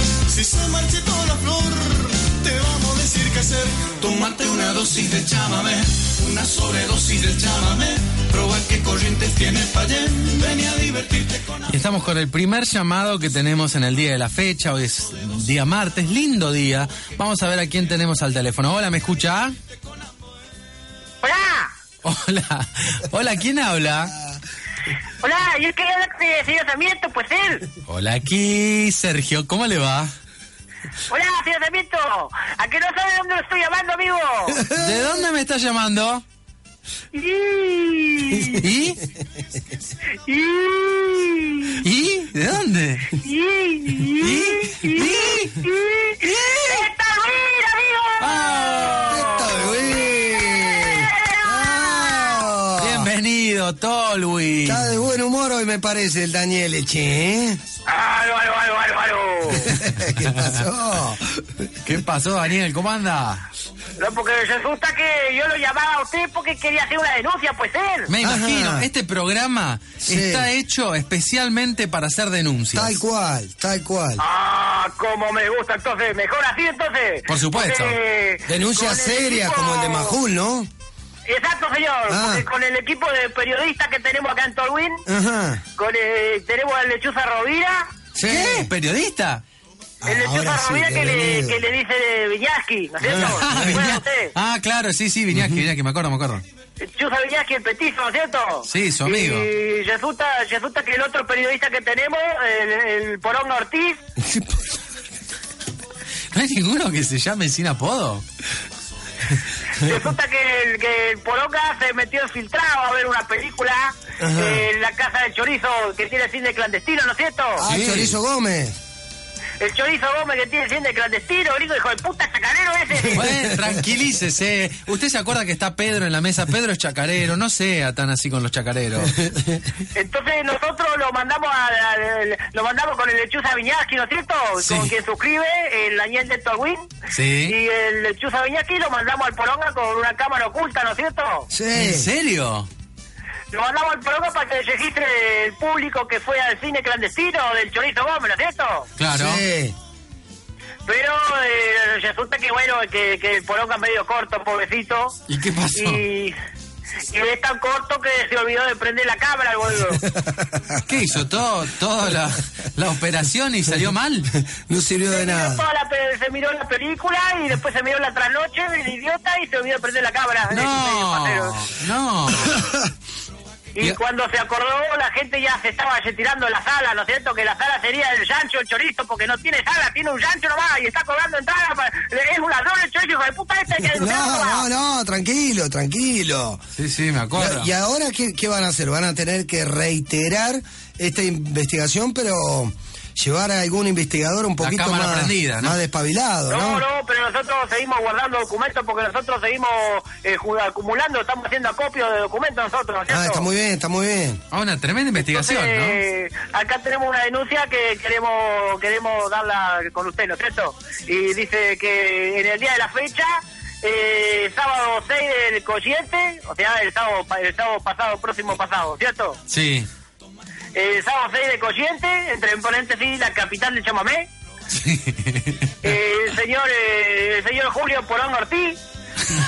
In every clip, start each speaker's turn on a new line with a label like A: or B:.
A: se marchitó la flor. Te vamos a decir qué hacer. Tómate una dosis de chamamé, una sobredosis del chamamé. Proba qué corrientes tiene Payén. Ven y a divertirte con
B: Y estamos con el primer llamado que tenemos en el día de la fecha. Hoy es día martes, lindo día. Vamos a ver a quién tenemos al teléfono. Hola, ¿me escucha?
C: Hola,
B: Hola. Hola, ¿quién habla?
C: hola, yo quería hablar con el señor Sarmiento, pues él.
B: Hola, aquí Sergio. ¿Cómo le va?
C: Hola, señor Sarmiento, a que no sabe dónde lo estoy llamando, amigo.
B: ¿De dónde me está llamando?
C: Y,
B: ¿Y?
C: y,
B: ¿Y? ¿De dónde?
C: y, y, y, y. ¡Está bien,
B: Ah,
C: amigo!
D: Ah,
B: Bienvenido, Tolwi.
D: Está de buen humor hoy, me parece, el Daniel Eche, ¿eh?
C: ¡Aló, aló, aló, aló, aló!
D: ¿Qué pasó?
B: ¿Qué pasó, Daniel? ¿Cómo anda?
C: No, porque resulta que yo lo llamaba a usted porque quería hacer una denuncia, pues él.
B: Me
D: Ajá.
B: imagino, este programa
D: Sí.
B: está hecho especialmente para hacer denuncias.
D: Tal cual, tal cual.
C: Ah, como me gusta, entonces, mejor así, entonces.
B: Por supuesto.
C: Porque
D: Denuncias
C: con el
D: serias
C: equipo-
D: como el de Majul, ¿no?
C: Exacto, señor.
D: Ah.
C: Porque con el equipo de periodistas que tenemos acá en Tolwin,
D: Ajá.
C: con, eh, tenemos al Lechuza Rovira,
D: Sí.
B: ¿Qué? ¿Periodista?
C: el Lechuza
D: Ah, Ahora sí,
C: Rovira que, le,
D: bienvenido.
C: que le dice Viñaski, ¿no es cierto?
B: Ah,
C: ¿Se acuerda
B: Viña-
C: usted?
B: Ah, claro, sí, sí, Viñaki, Viñaki, me acuerdo, me acuerdo.
C: Lechuza Viñaski, el petizo, ¿no es cierto?
B: Sí, su amigo.
C: Y resulta, resulta que el otro periodista que tenemos, el, el Poronga Ortiz,
B: ¿No hay ninguno que se llame sin apodo?
C: Resulta que el, que el Poronga se metió filtrado a ver una película eh, en la casa del Chorizo, que tiene cine clandestino, ¿no es cierto?
D: Ah,
B: Sí.
D: Chorizo Gómez.
C: El Chorizo Gómez, que tiene cine clandestino, gringo, hijo de puta, chacarero ese.
B: Bueno, tranquilícese. Usted se acuerda que está Pedro en la mesa. Pedro es chacarero, no sea tan así con los chacareros.
C: Entonces nosotros lo mandamos a, a- lo mandamos con el lechuza Viñaski, ¿no es cierto?
B: Sí.
C: Con quien suscribe, el Daniel de Towin.
B: Sí.
C: Y el lechuza Viñaski lo mandamos al Poronga con una cámara oculta, ¿no es cierto?
B: ¿En
D: Sí.
B: serio?
C: Lo mandamos al Poronga para que registre el público que fue al cine clandestino del Chorizo Gómez, ¿no es cierto?
B: Claro.
D: Sí.
C: Pero eh, resulta que bueno, que, que el poronga es medio corto, pobrecito.
B: ¿Y qué pasó?
C: Y, y es tan corto que se olvidó de prender la cámara, el boludo.
B: ¿Qué hizo? ¿Todo, toda la, la operación y salió mal?
D: No sirvió de
C: Miró
D: nada.
C: toda la pe- se miró la película y después se miró la trasnoche del idiota y se olvidó de prender la cámara.
B: No, no.
C: Y cuando se acordó, la gente ya se estaba retirando de la sala, ¿no es cierto? Que la sala sería el rancho, el chorizo, porque no tiene sala, tiene un rancho nomás y está cobrando entrada. para- Es un ladrón el chorizo, hijo de puta, este hay que denunciarlo, va.
D: No, no, no, tranquilo, tranquilo.
B: Sí, sí, me acuerdo.
D: ¿Y y ahora qué, qué van a hacer? ¿Van a tener que reiterar esta investigación, pero llevar a algún investigador un poquito
B: cámara
D: más,
B: prendida, ¿no?
D: más despabilado,
C: No,
D: no?
C: no, pero nosotros seguimos guardando documentos porque nosotros seguimos eh, ju- acumulando, estamos haciendo acopio de documentos nosotros, ¿no es
D: Ah,
C: cierto?
D: está muy bien, está muy bien.
B: Ah, una tremenda investigación,
D: Eh.
B: ¿no?
C: Entonces, Acá tenemos una denuncia que queremos queremos darla con usted, ¿no es cierto? Y dice que en el día de la fecha, eh, sábado 6 del corriente, o sea, el sábado, pa- el sábado pasado, próximo pasado, ¿cierto?
B: Sí.
C: El sábado 6 del corriente, entre paréntesis, la capital de Chamamé,
B: Sí.
C: Eh, el señor eh, el señor Julio Porón Ortiz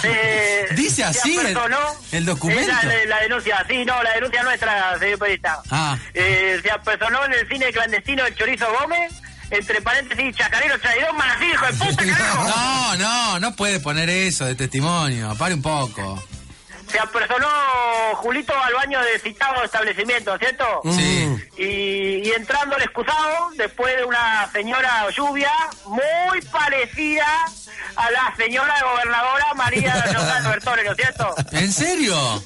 C: eh,
B: ¿Dice
C: se
B: así el-
C: apersonó-
B: el documento?
C: Eh, la, la denuncia sí no la denuncia nuestra señor periodista
B: Ah.
C: Eh, se apersonó en el cine clandestino del Chorizo Gómez entre paréntesis chacarero traidor manací hijo de puta carajo
B: No, no, no puede poner eso de testimonio. Pare un poco.
C: se apersonó Julito al baño de citado establecimiento ¿cierto?
B: Sí.
D: Mm.
C: Y, y entrando el excusado, después de una señora lluvia muy parecida a la señora gobernadora María Yolanda Bertone, ¿no es cierto?
B: ¿En serio?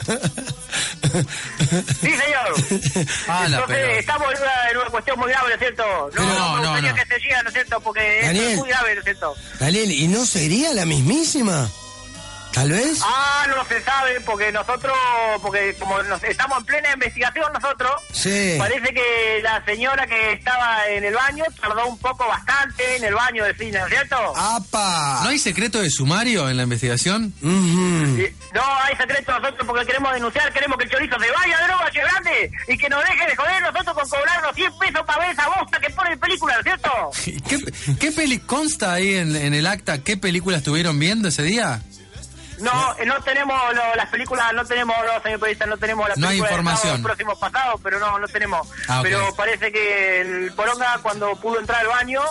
C: Sí, señor.
B: Ah, la
C: Entonces,
B: pelota.
C: estamos en una, en una cuestión muy grave, ¿no es cierto? No,
B: Pero-
C: no, me
B: no,
C: gustaría
B: no.
C: que se siga, ¿no es cierto? Porque esto
D: Daniel.
C: es muy grave, ¿no es cierto?
D: Daniel, ¿y no sería la mismísima? Tal vez.
C: Ah, no se sabe, porque nosotros, porque como nos- estamos en plena investigación nosotros,
D: Sí.
C: parece que la señora que estaba en el baño tardó un poco bastante en el baño de cine, ¿no es ¿cierto?
D: ¡Apa!
B: ¿No hay secreto de sumario en la investigación?
D: Ujú.
C: Y- No, hay secreto nosotros porque queremos denunciar, queremos que el chorizo se vaya de nuevo a Valle grande y que nos deje de joder nosotros con cobrarnos 100 pesos para ver esa bosta que pone en película, ¿no es ¿cierto?
B: ¿Qué, qué peli consta ahí en, en el acta qué películas estuvieron viendo ese día?
C: No, eh, no tenemos lo- las películas, no tenemos, no, señor periodista, no tenemos las
B: No hay
C: películas de
B: información.
C: sábado, próximos pasados, pero no, no tenemos.
B: Ah, ok.
C: Pero parece que el Poronga cuando pudo entrar al baño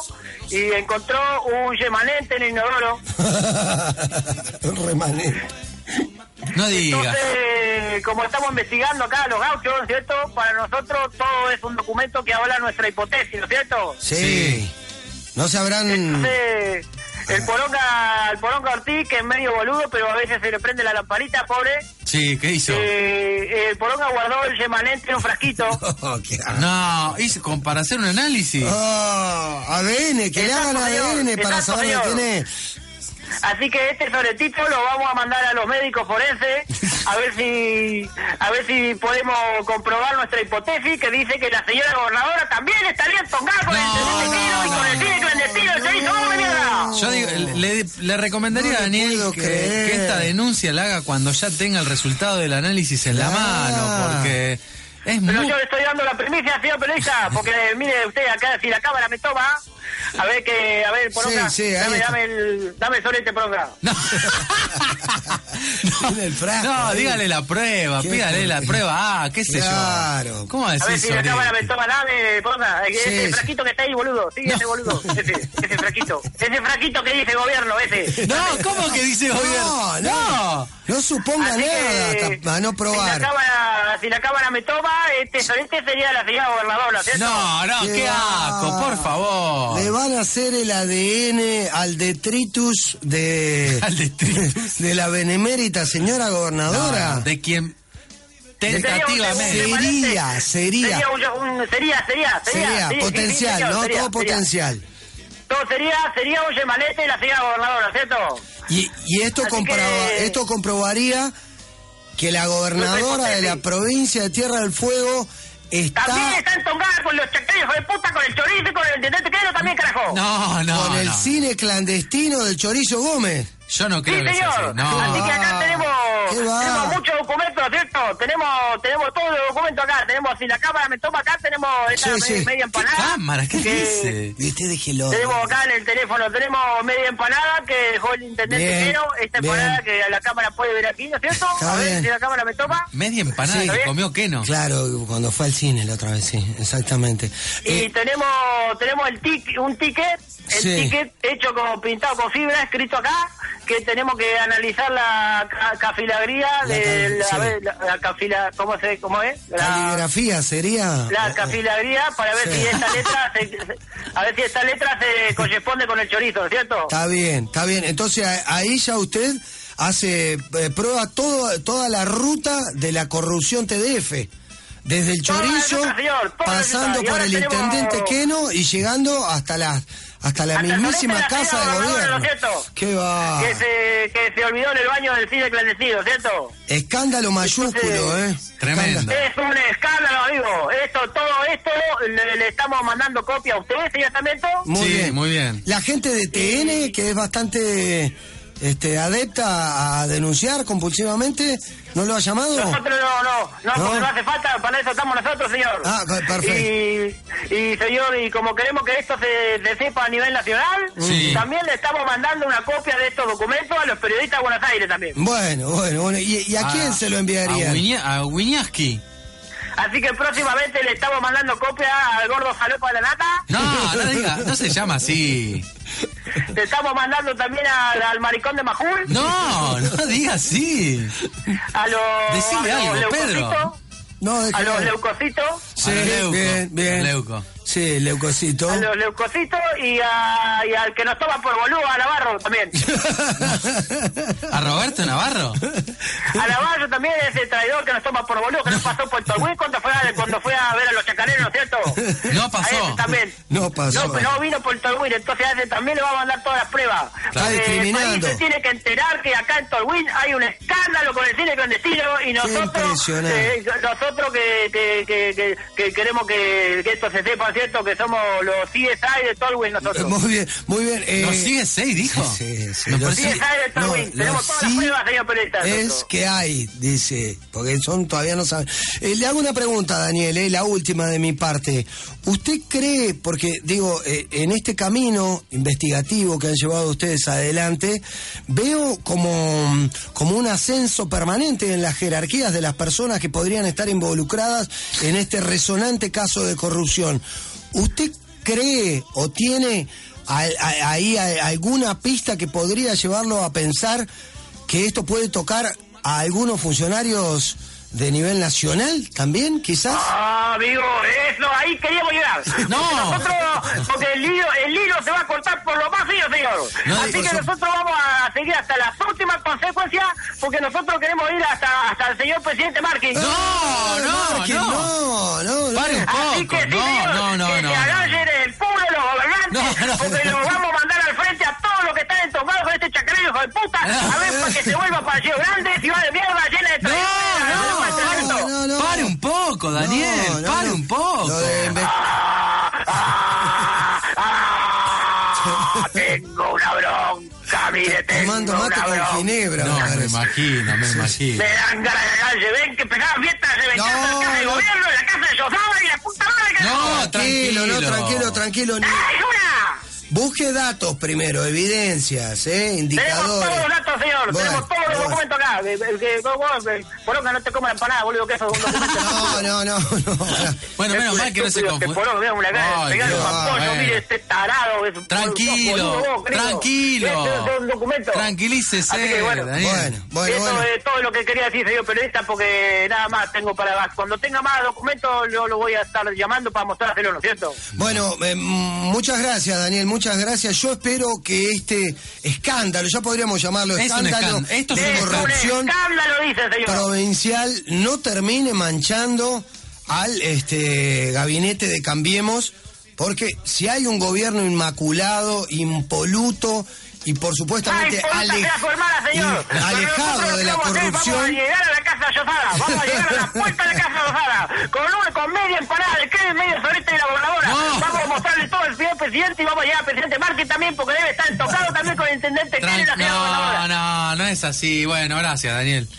C: y encontró un yemanente en el inodoro,
D: Remanente.
B: No digas.
C: entonces eh, como estamos investigando acá los gauchos, ¿no es ¿cierto? Para nosotros todo es un documento que habla nuestra hipótesis, ¿no es cierto?
D: Sí.
B: Sí.
D: No
B: Mm.
D: sabrán.
C: Entonces, el Poronga, el Poronga Ortiz, que es medio boludo, pero a veces se le prende la lamparita, pobre,
B: Sí, ¿qué hizo?
C: eh, el Poronga guardó el yemanente en un frasquito.
D: Oh, qué asco.
B: No, hizo con- para hacer un análisis.
D: Oh, ADN, que le
C: Exacto,
D: hagan
C: señor.
D: ADN para
C: Exacto,
D: saber
C: señor.
D: quién es.
C: Así que este sobretito lo vamos a mandar a los médicos forenses a ver si a ver si podemos comprobar nuestra hipótesis que dice que la señora gobernadora también estaría entongada con
B: No,
C: el segundo tiro y con el cine clandestino del chorizo. ¡Vamos, mierda!
B: Yo digo, le, le recomendaría
D: No
B: a
D: le
B: Daniel
D: puedo
B: que,
D: creer.
B: que esta denuncia la haga cuando ya tenga el resultado del análisis en la
D: Claro.
B: mano, porque es
C: Pero
B: muy...
C: yo le estoy dando la primicia, señor periodista, porque mire usted acá, si la cámara me toma, a ver que, a ver, por
D: Sí,
C: otra,
D: sí, ahí
C: dame,
D: está.
C: dame el, dame este el sorete por otra.
B: No.
D: En el frasco,
B: No,
D: ahí.
B: dígale la prueba,
D: Qué
B: pídale la
D: fuerte.
B: prueba. Ah, qué sé yo.
D: Claro.
B: ¿Cómo
C: A ver
B: decís
C: si la
B: sobre-
C: cámara me toma dame, ponga. Ese
D: este. Sí, sí.
C: fraquito que está ahí, boludo. Sí, ese boludo. Ese, ese fraquito. Ese fraquito que dice gobierno, ese.
B: No, ¿cómo que dice gobierno?
D: No, no. No suponga
C: Así
D: nada
C: que,
D: hasta- a no
C: Si
D: probar.
C: la cámara, si la cámara me toma, este solente sería la señora gobernadora, ¿cierto?
B: No, no,
D: Qué
B: qué asco,
D: va.
B: por favor.
D: Le van a hacer el ADN al detritus de.
B: Al detritus.
D: De la benemérita señora gobernadora.
B: No, de quien
C: Sería un-
B: tentativamente.
C: un-
D: Sería, sería.
C: Sería, un, un- sería, sería, sería,
D: Sería
C: sí, sí,
D: ah, potencial,
C: sí, señor,
D: ¿no?
C: sería,
D: Todo
C: sería.
D: potencial.
C: Todo sería, sería un yemalete y la señora gobernadora, ¿cierto?
D: Y, y esto,
C: Así
D: comproba-
C: que-
D: esto comprobaría que la gobernadora de la provincia de Tierra del Fuego está
C: También está entongada con los chacaños, hijo de puta, con el chorizo y con el intendente Quevedo también, carajo.
B: No, no,
D: con el
B: no.
D: cine clandestino del Chorizo Gómez.
B: Yo no
C: Sí,
B: creo que sea
C: señor.
B: así. No.
C: Así que acá tenemos,
D: Qué va.
C: tenemos muchos documentos, ¿cierto? Tenemos, tenemos todos los documentos acá. Tenemos, si la cámara me toma acá, tenemos esta
D: Sí,
C: me-
D: sí.
C: media
B: ¿Qué
C: empanada.
B: cámara? ¿Qué
C: que
B: dice?
D: Y usted déjelo.
C: Tenemos acá en el teléfono, tenemos media empanada que dejó el intendente
D: Bien,
C: Quero, esta
D: bien.
C: empanada que la cámara puede ver aquí, ¿no es cierto?
D: Está
C: a ver
D: bien.
C: si la cámara me toma.
B: Media empanada
D: Sí.
B: que comió Keno.
D: Claro, cuando fue al cine la otra vez, sí, exactamente.
C: Y
D: Eh,
C: tenemos tenemos el tic, un ticket, el
D: Sí.
C: ticket hecho como pintado con fibra, escrito acá, que tenemos que analizar la ca- cafilagría
D: La
C: de
D: cal-
C: la,
D: sí. Ah,
C: a ver, la- la cafila, ¿cómo se cómo es? La,
D: caligrafía sería.
C: la cafilagría para ver
D: eh, Sí.
C: si esta letra se, se- a ver si esta letra se corresponde con el chorizo, ¿cierto?
D: Está bien, está bien. Entonces a- ahí ya usted hace eh, prueba todo, toda la ruta de la corrupción TDF. Desde el
C: Toda la
D: chorizo,
C: ruta, señor, toda la
D: pasando
C: ruta. Y
D: por
C: ahora
D: el
C: tenemos-
D: intendente Queno y llegando hasta la, hasta la
C: Hasta el
D: mismísima
C: frente de la
D: casa
C: señora
D: de gobierno.
C: gobernadora, ¿no es cierto?
D: ¿Qué va?
C: Que se que se olvidó en el baño del cine clandestino, ¿cierto?
D: Escándalo mayúsculo, ¿eh?
B: Tremendo.
D: Escándalo.
C: Es un escándalo, amigo. Esto, todo esto le, le estamos mandando copia a ustedes, señor Sarmiento.
D: Muy
B: Sí,
D: bien.
B: muy bien.
D: La gente de TN, que es bastante este, adepta a denunciar compulsivamente, ¿no lo ha llamado?
C: Nosotros no, no, no,
D: ¿No?
C: porque no hace falta, para eso estamos nosotros, señor.
D: Ah, co- perfecto.
C: Y, y, señor, y como queremos que esto se, se sepa a nivel nacional,
B: Sí.
C: también le estamos mandando una copia de estos documentos a los periodistas de Buenos Aires también.
D: Bueno, bueno, bueno. ¿Y, y a quién se lo enviaría?
B: Ah, A, Wiña- a Wiñaski.
C: Así que próximamente le estamos mandando copia al gordo Jalopa de la Nata.
B: No, no diga, no se llama así.
C: Le estamos mandando también al, al maricón de Majul.
B: No, no diga así.
C: A los,
B: Decile
C: a los
B: algo, Pedro.
C: leucocitos,
D: No,
C: A
D: déjalo.
C: los leucocitos.
D: Sí,
B: A Leuco,
D: bien, bien.
B: a Leuco.
D: Sí, Sí, leucocito.
C: a los leucocitos y, a- y al que nos toma por boludo, a Navarro también.
B: ¿A Roberto Navarro?
C: A Navarro también es el traidor que nos toma por boludo, que no pasó por Tolhuí cuando fue, a, cuando fue a ver a los chacareros, ¿no es cierto?
B: No pasó.
C: A ese también.
D: No pasó.
C: No, pero no vino por Tolhuín, entonces a ese también le va a mandar todas las pruebas.
D: Está discriminando.
C: El país se tiene que enterar que acá en Tolhuín hay un escándalo con el cine clandestino y nosotros,
D: impresionante.
C: eh, nosotros que, que, que, que- que queremos que, que esto se sepa, ¿cierto? Que somos los CSI de Tolhuín nosotros.
D: Muy bien, muy bien. eh,
B: ¿Nos sigue seis, dijo?
D: Sí, sí,
B: Nos
D: lo
B: parece-
C: Sí, está en el
D: No,
C: Tolhuín.
D: lo
C: Tenemos todas las
D: sí
C: pruebas, señor periodista,
D: Es
C: nosotros.
D: que hay, dice, porque son todavía no saben. Eh, le hago una pregunta, Daniel, eh, la última de mi parte. ¿Usted cree, porque digo, eh, en este camino investigativo que han llevado ustedes adelante, veo como, como un ascenso permanente en las jerarquías de las personas que podrían estar involucradas en este resonante caso de corrupción? ¿Usted cree o tiene al- a- ahí a- alguna pista que podría llevarlo a pensar que esto puede tocar a algunos funcionarios de nivel nacional también, quizás.
C: Ah, amigo, eso, ahí queríamos llegar.
B: No.
C: Porque nosotros, porque el hilo, el hilo se va a cortar por lo más fino, señor.
B: No,
C: Así
B: por
C: que
B: su-
C: nosotros vamos a seguir hasta las últimas consecuencias, porque nosotros queremos ir hasta, hasta el señor presidente Márquez.
B: No, no,
D: Márquez,
B: no.
D: no, no, no.
B: Pare un
C: Así que
B: poco.
C: sí, señor,
B: No, no, no,
C: que
B: no.
C: se agachen el pueblo los gobernantes,
B: No, no,
C: porque
B: no.
C: los vamos a mandar al frente a todos los que están entocados con este chacarero hijo de puta, a ver para que se vuelva para Río Grande, ciudad de mierda llena de traidores,
B: no,
C: a ver, para el
D: no,
C: resto.
D: no, no.
B: Pare un poco, Daniel.
D: No, no,
B: pare
D: no.
B: un poco.
D: Lo de inve-
C: Ah, tengo una bronca, mire, tengo
D: Tomando
C: una
D: mate
C: bronca.
D: con Ginebra,
B: No,
D: me
B: me
D: parece.
B: imagino, me imagino.
C: Me dan ganas de darse, ven que pegaba fiestas de venganza
D: No,
C: en casa de
D: no.
C: gobierno, en la casa de Sosaba y la puta madre que
B: No,
D: Tranquilo, no,
B: tranquilo.
D: tranquilo, tranquilo. ni-
C: ¡Ay, una!
D: Busque datos primero, evidencias, eh,
C: Tenemos todos
D: indicadores.
C: los datos, señor.
D: Bueno,
C: Tenemos todos los
D: bueno.
C: documentos acá. Eh, eh, que- no, vos, eh, Poronga, no te comas la empanada, boludo, que eso es un documento.
D: No, no, no, no.
B: Bueno, menos mal que no se
C: confunde.
B: confundió.
C: una cara,
B: Ay,
C: pegarle un
B: Dios,
C: pampollo,
B: bueno.
C: mire este tarado. es un-
B: Tranquilo,
C: boludo, vos, querido.
B: tranquilo.
C: Este es un documento.
B: Tranquilícese,
C: Así que, bueno.
B: Daniel.
D: Bueno, bueno,
C: Eso
D: bueno.
C: es todo lo que quería decir, señor periodista, porque nada más tengo para más. Cuando tenga más documentos, yo lo voy a estar llamando para mostrárselo, ¿no es cierto?
D: Bueno, eh, muchas gracias, Daniel, muchas gracias. Yo espero que este escándalo, ya podríamos llamarlo
B: Es un
D: escándalo,
B: escándalo. Esto es
D: de
B: una
C: Es un
D: corrupción
C: escándalo, dice, señor.
D: provincial no termine manchando al este gabinete de Cambiemos, porque si hay un gobierno inmaculado, impoluto y por
C: Ay,
D: supuestamente
C: puta,
D: ale-
C: sea su hermana,
B: eh,
C: señor.
D: in- alejado
C: Nosotros
D: de la
C: lo que vamos a hacer, Vamos a
D: corrupción, Eh,
C: llegar a la casa Yosada. Vamos a llegar a la puerta de la casa Yosada. Con una con media empanada del Kevin, medio sorete de la gobernadora.
B: No.
C: Vamos a mostrarle todo al señor presidente y vamos a llegar al presidente Márquez también, porque debe estar tocado también con el intendente que
B: Tran-
C: la señora
B: no,
C: gobernadora.
B: no, no es así. Bueno, gracias, Daniel.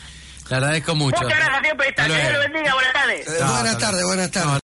B: Le agradezco mucho.
C: Muchas gracias, señor
B: Hasta
C: presidente. Que
B: luego.
C: Dios lo bendiga. Buenas tardes.
D: Eh, buenas tardes, buenas tardes.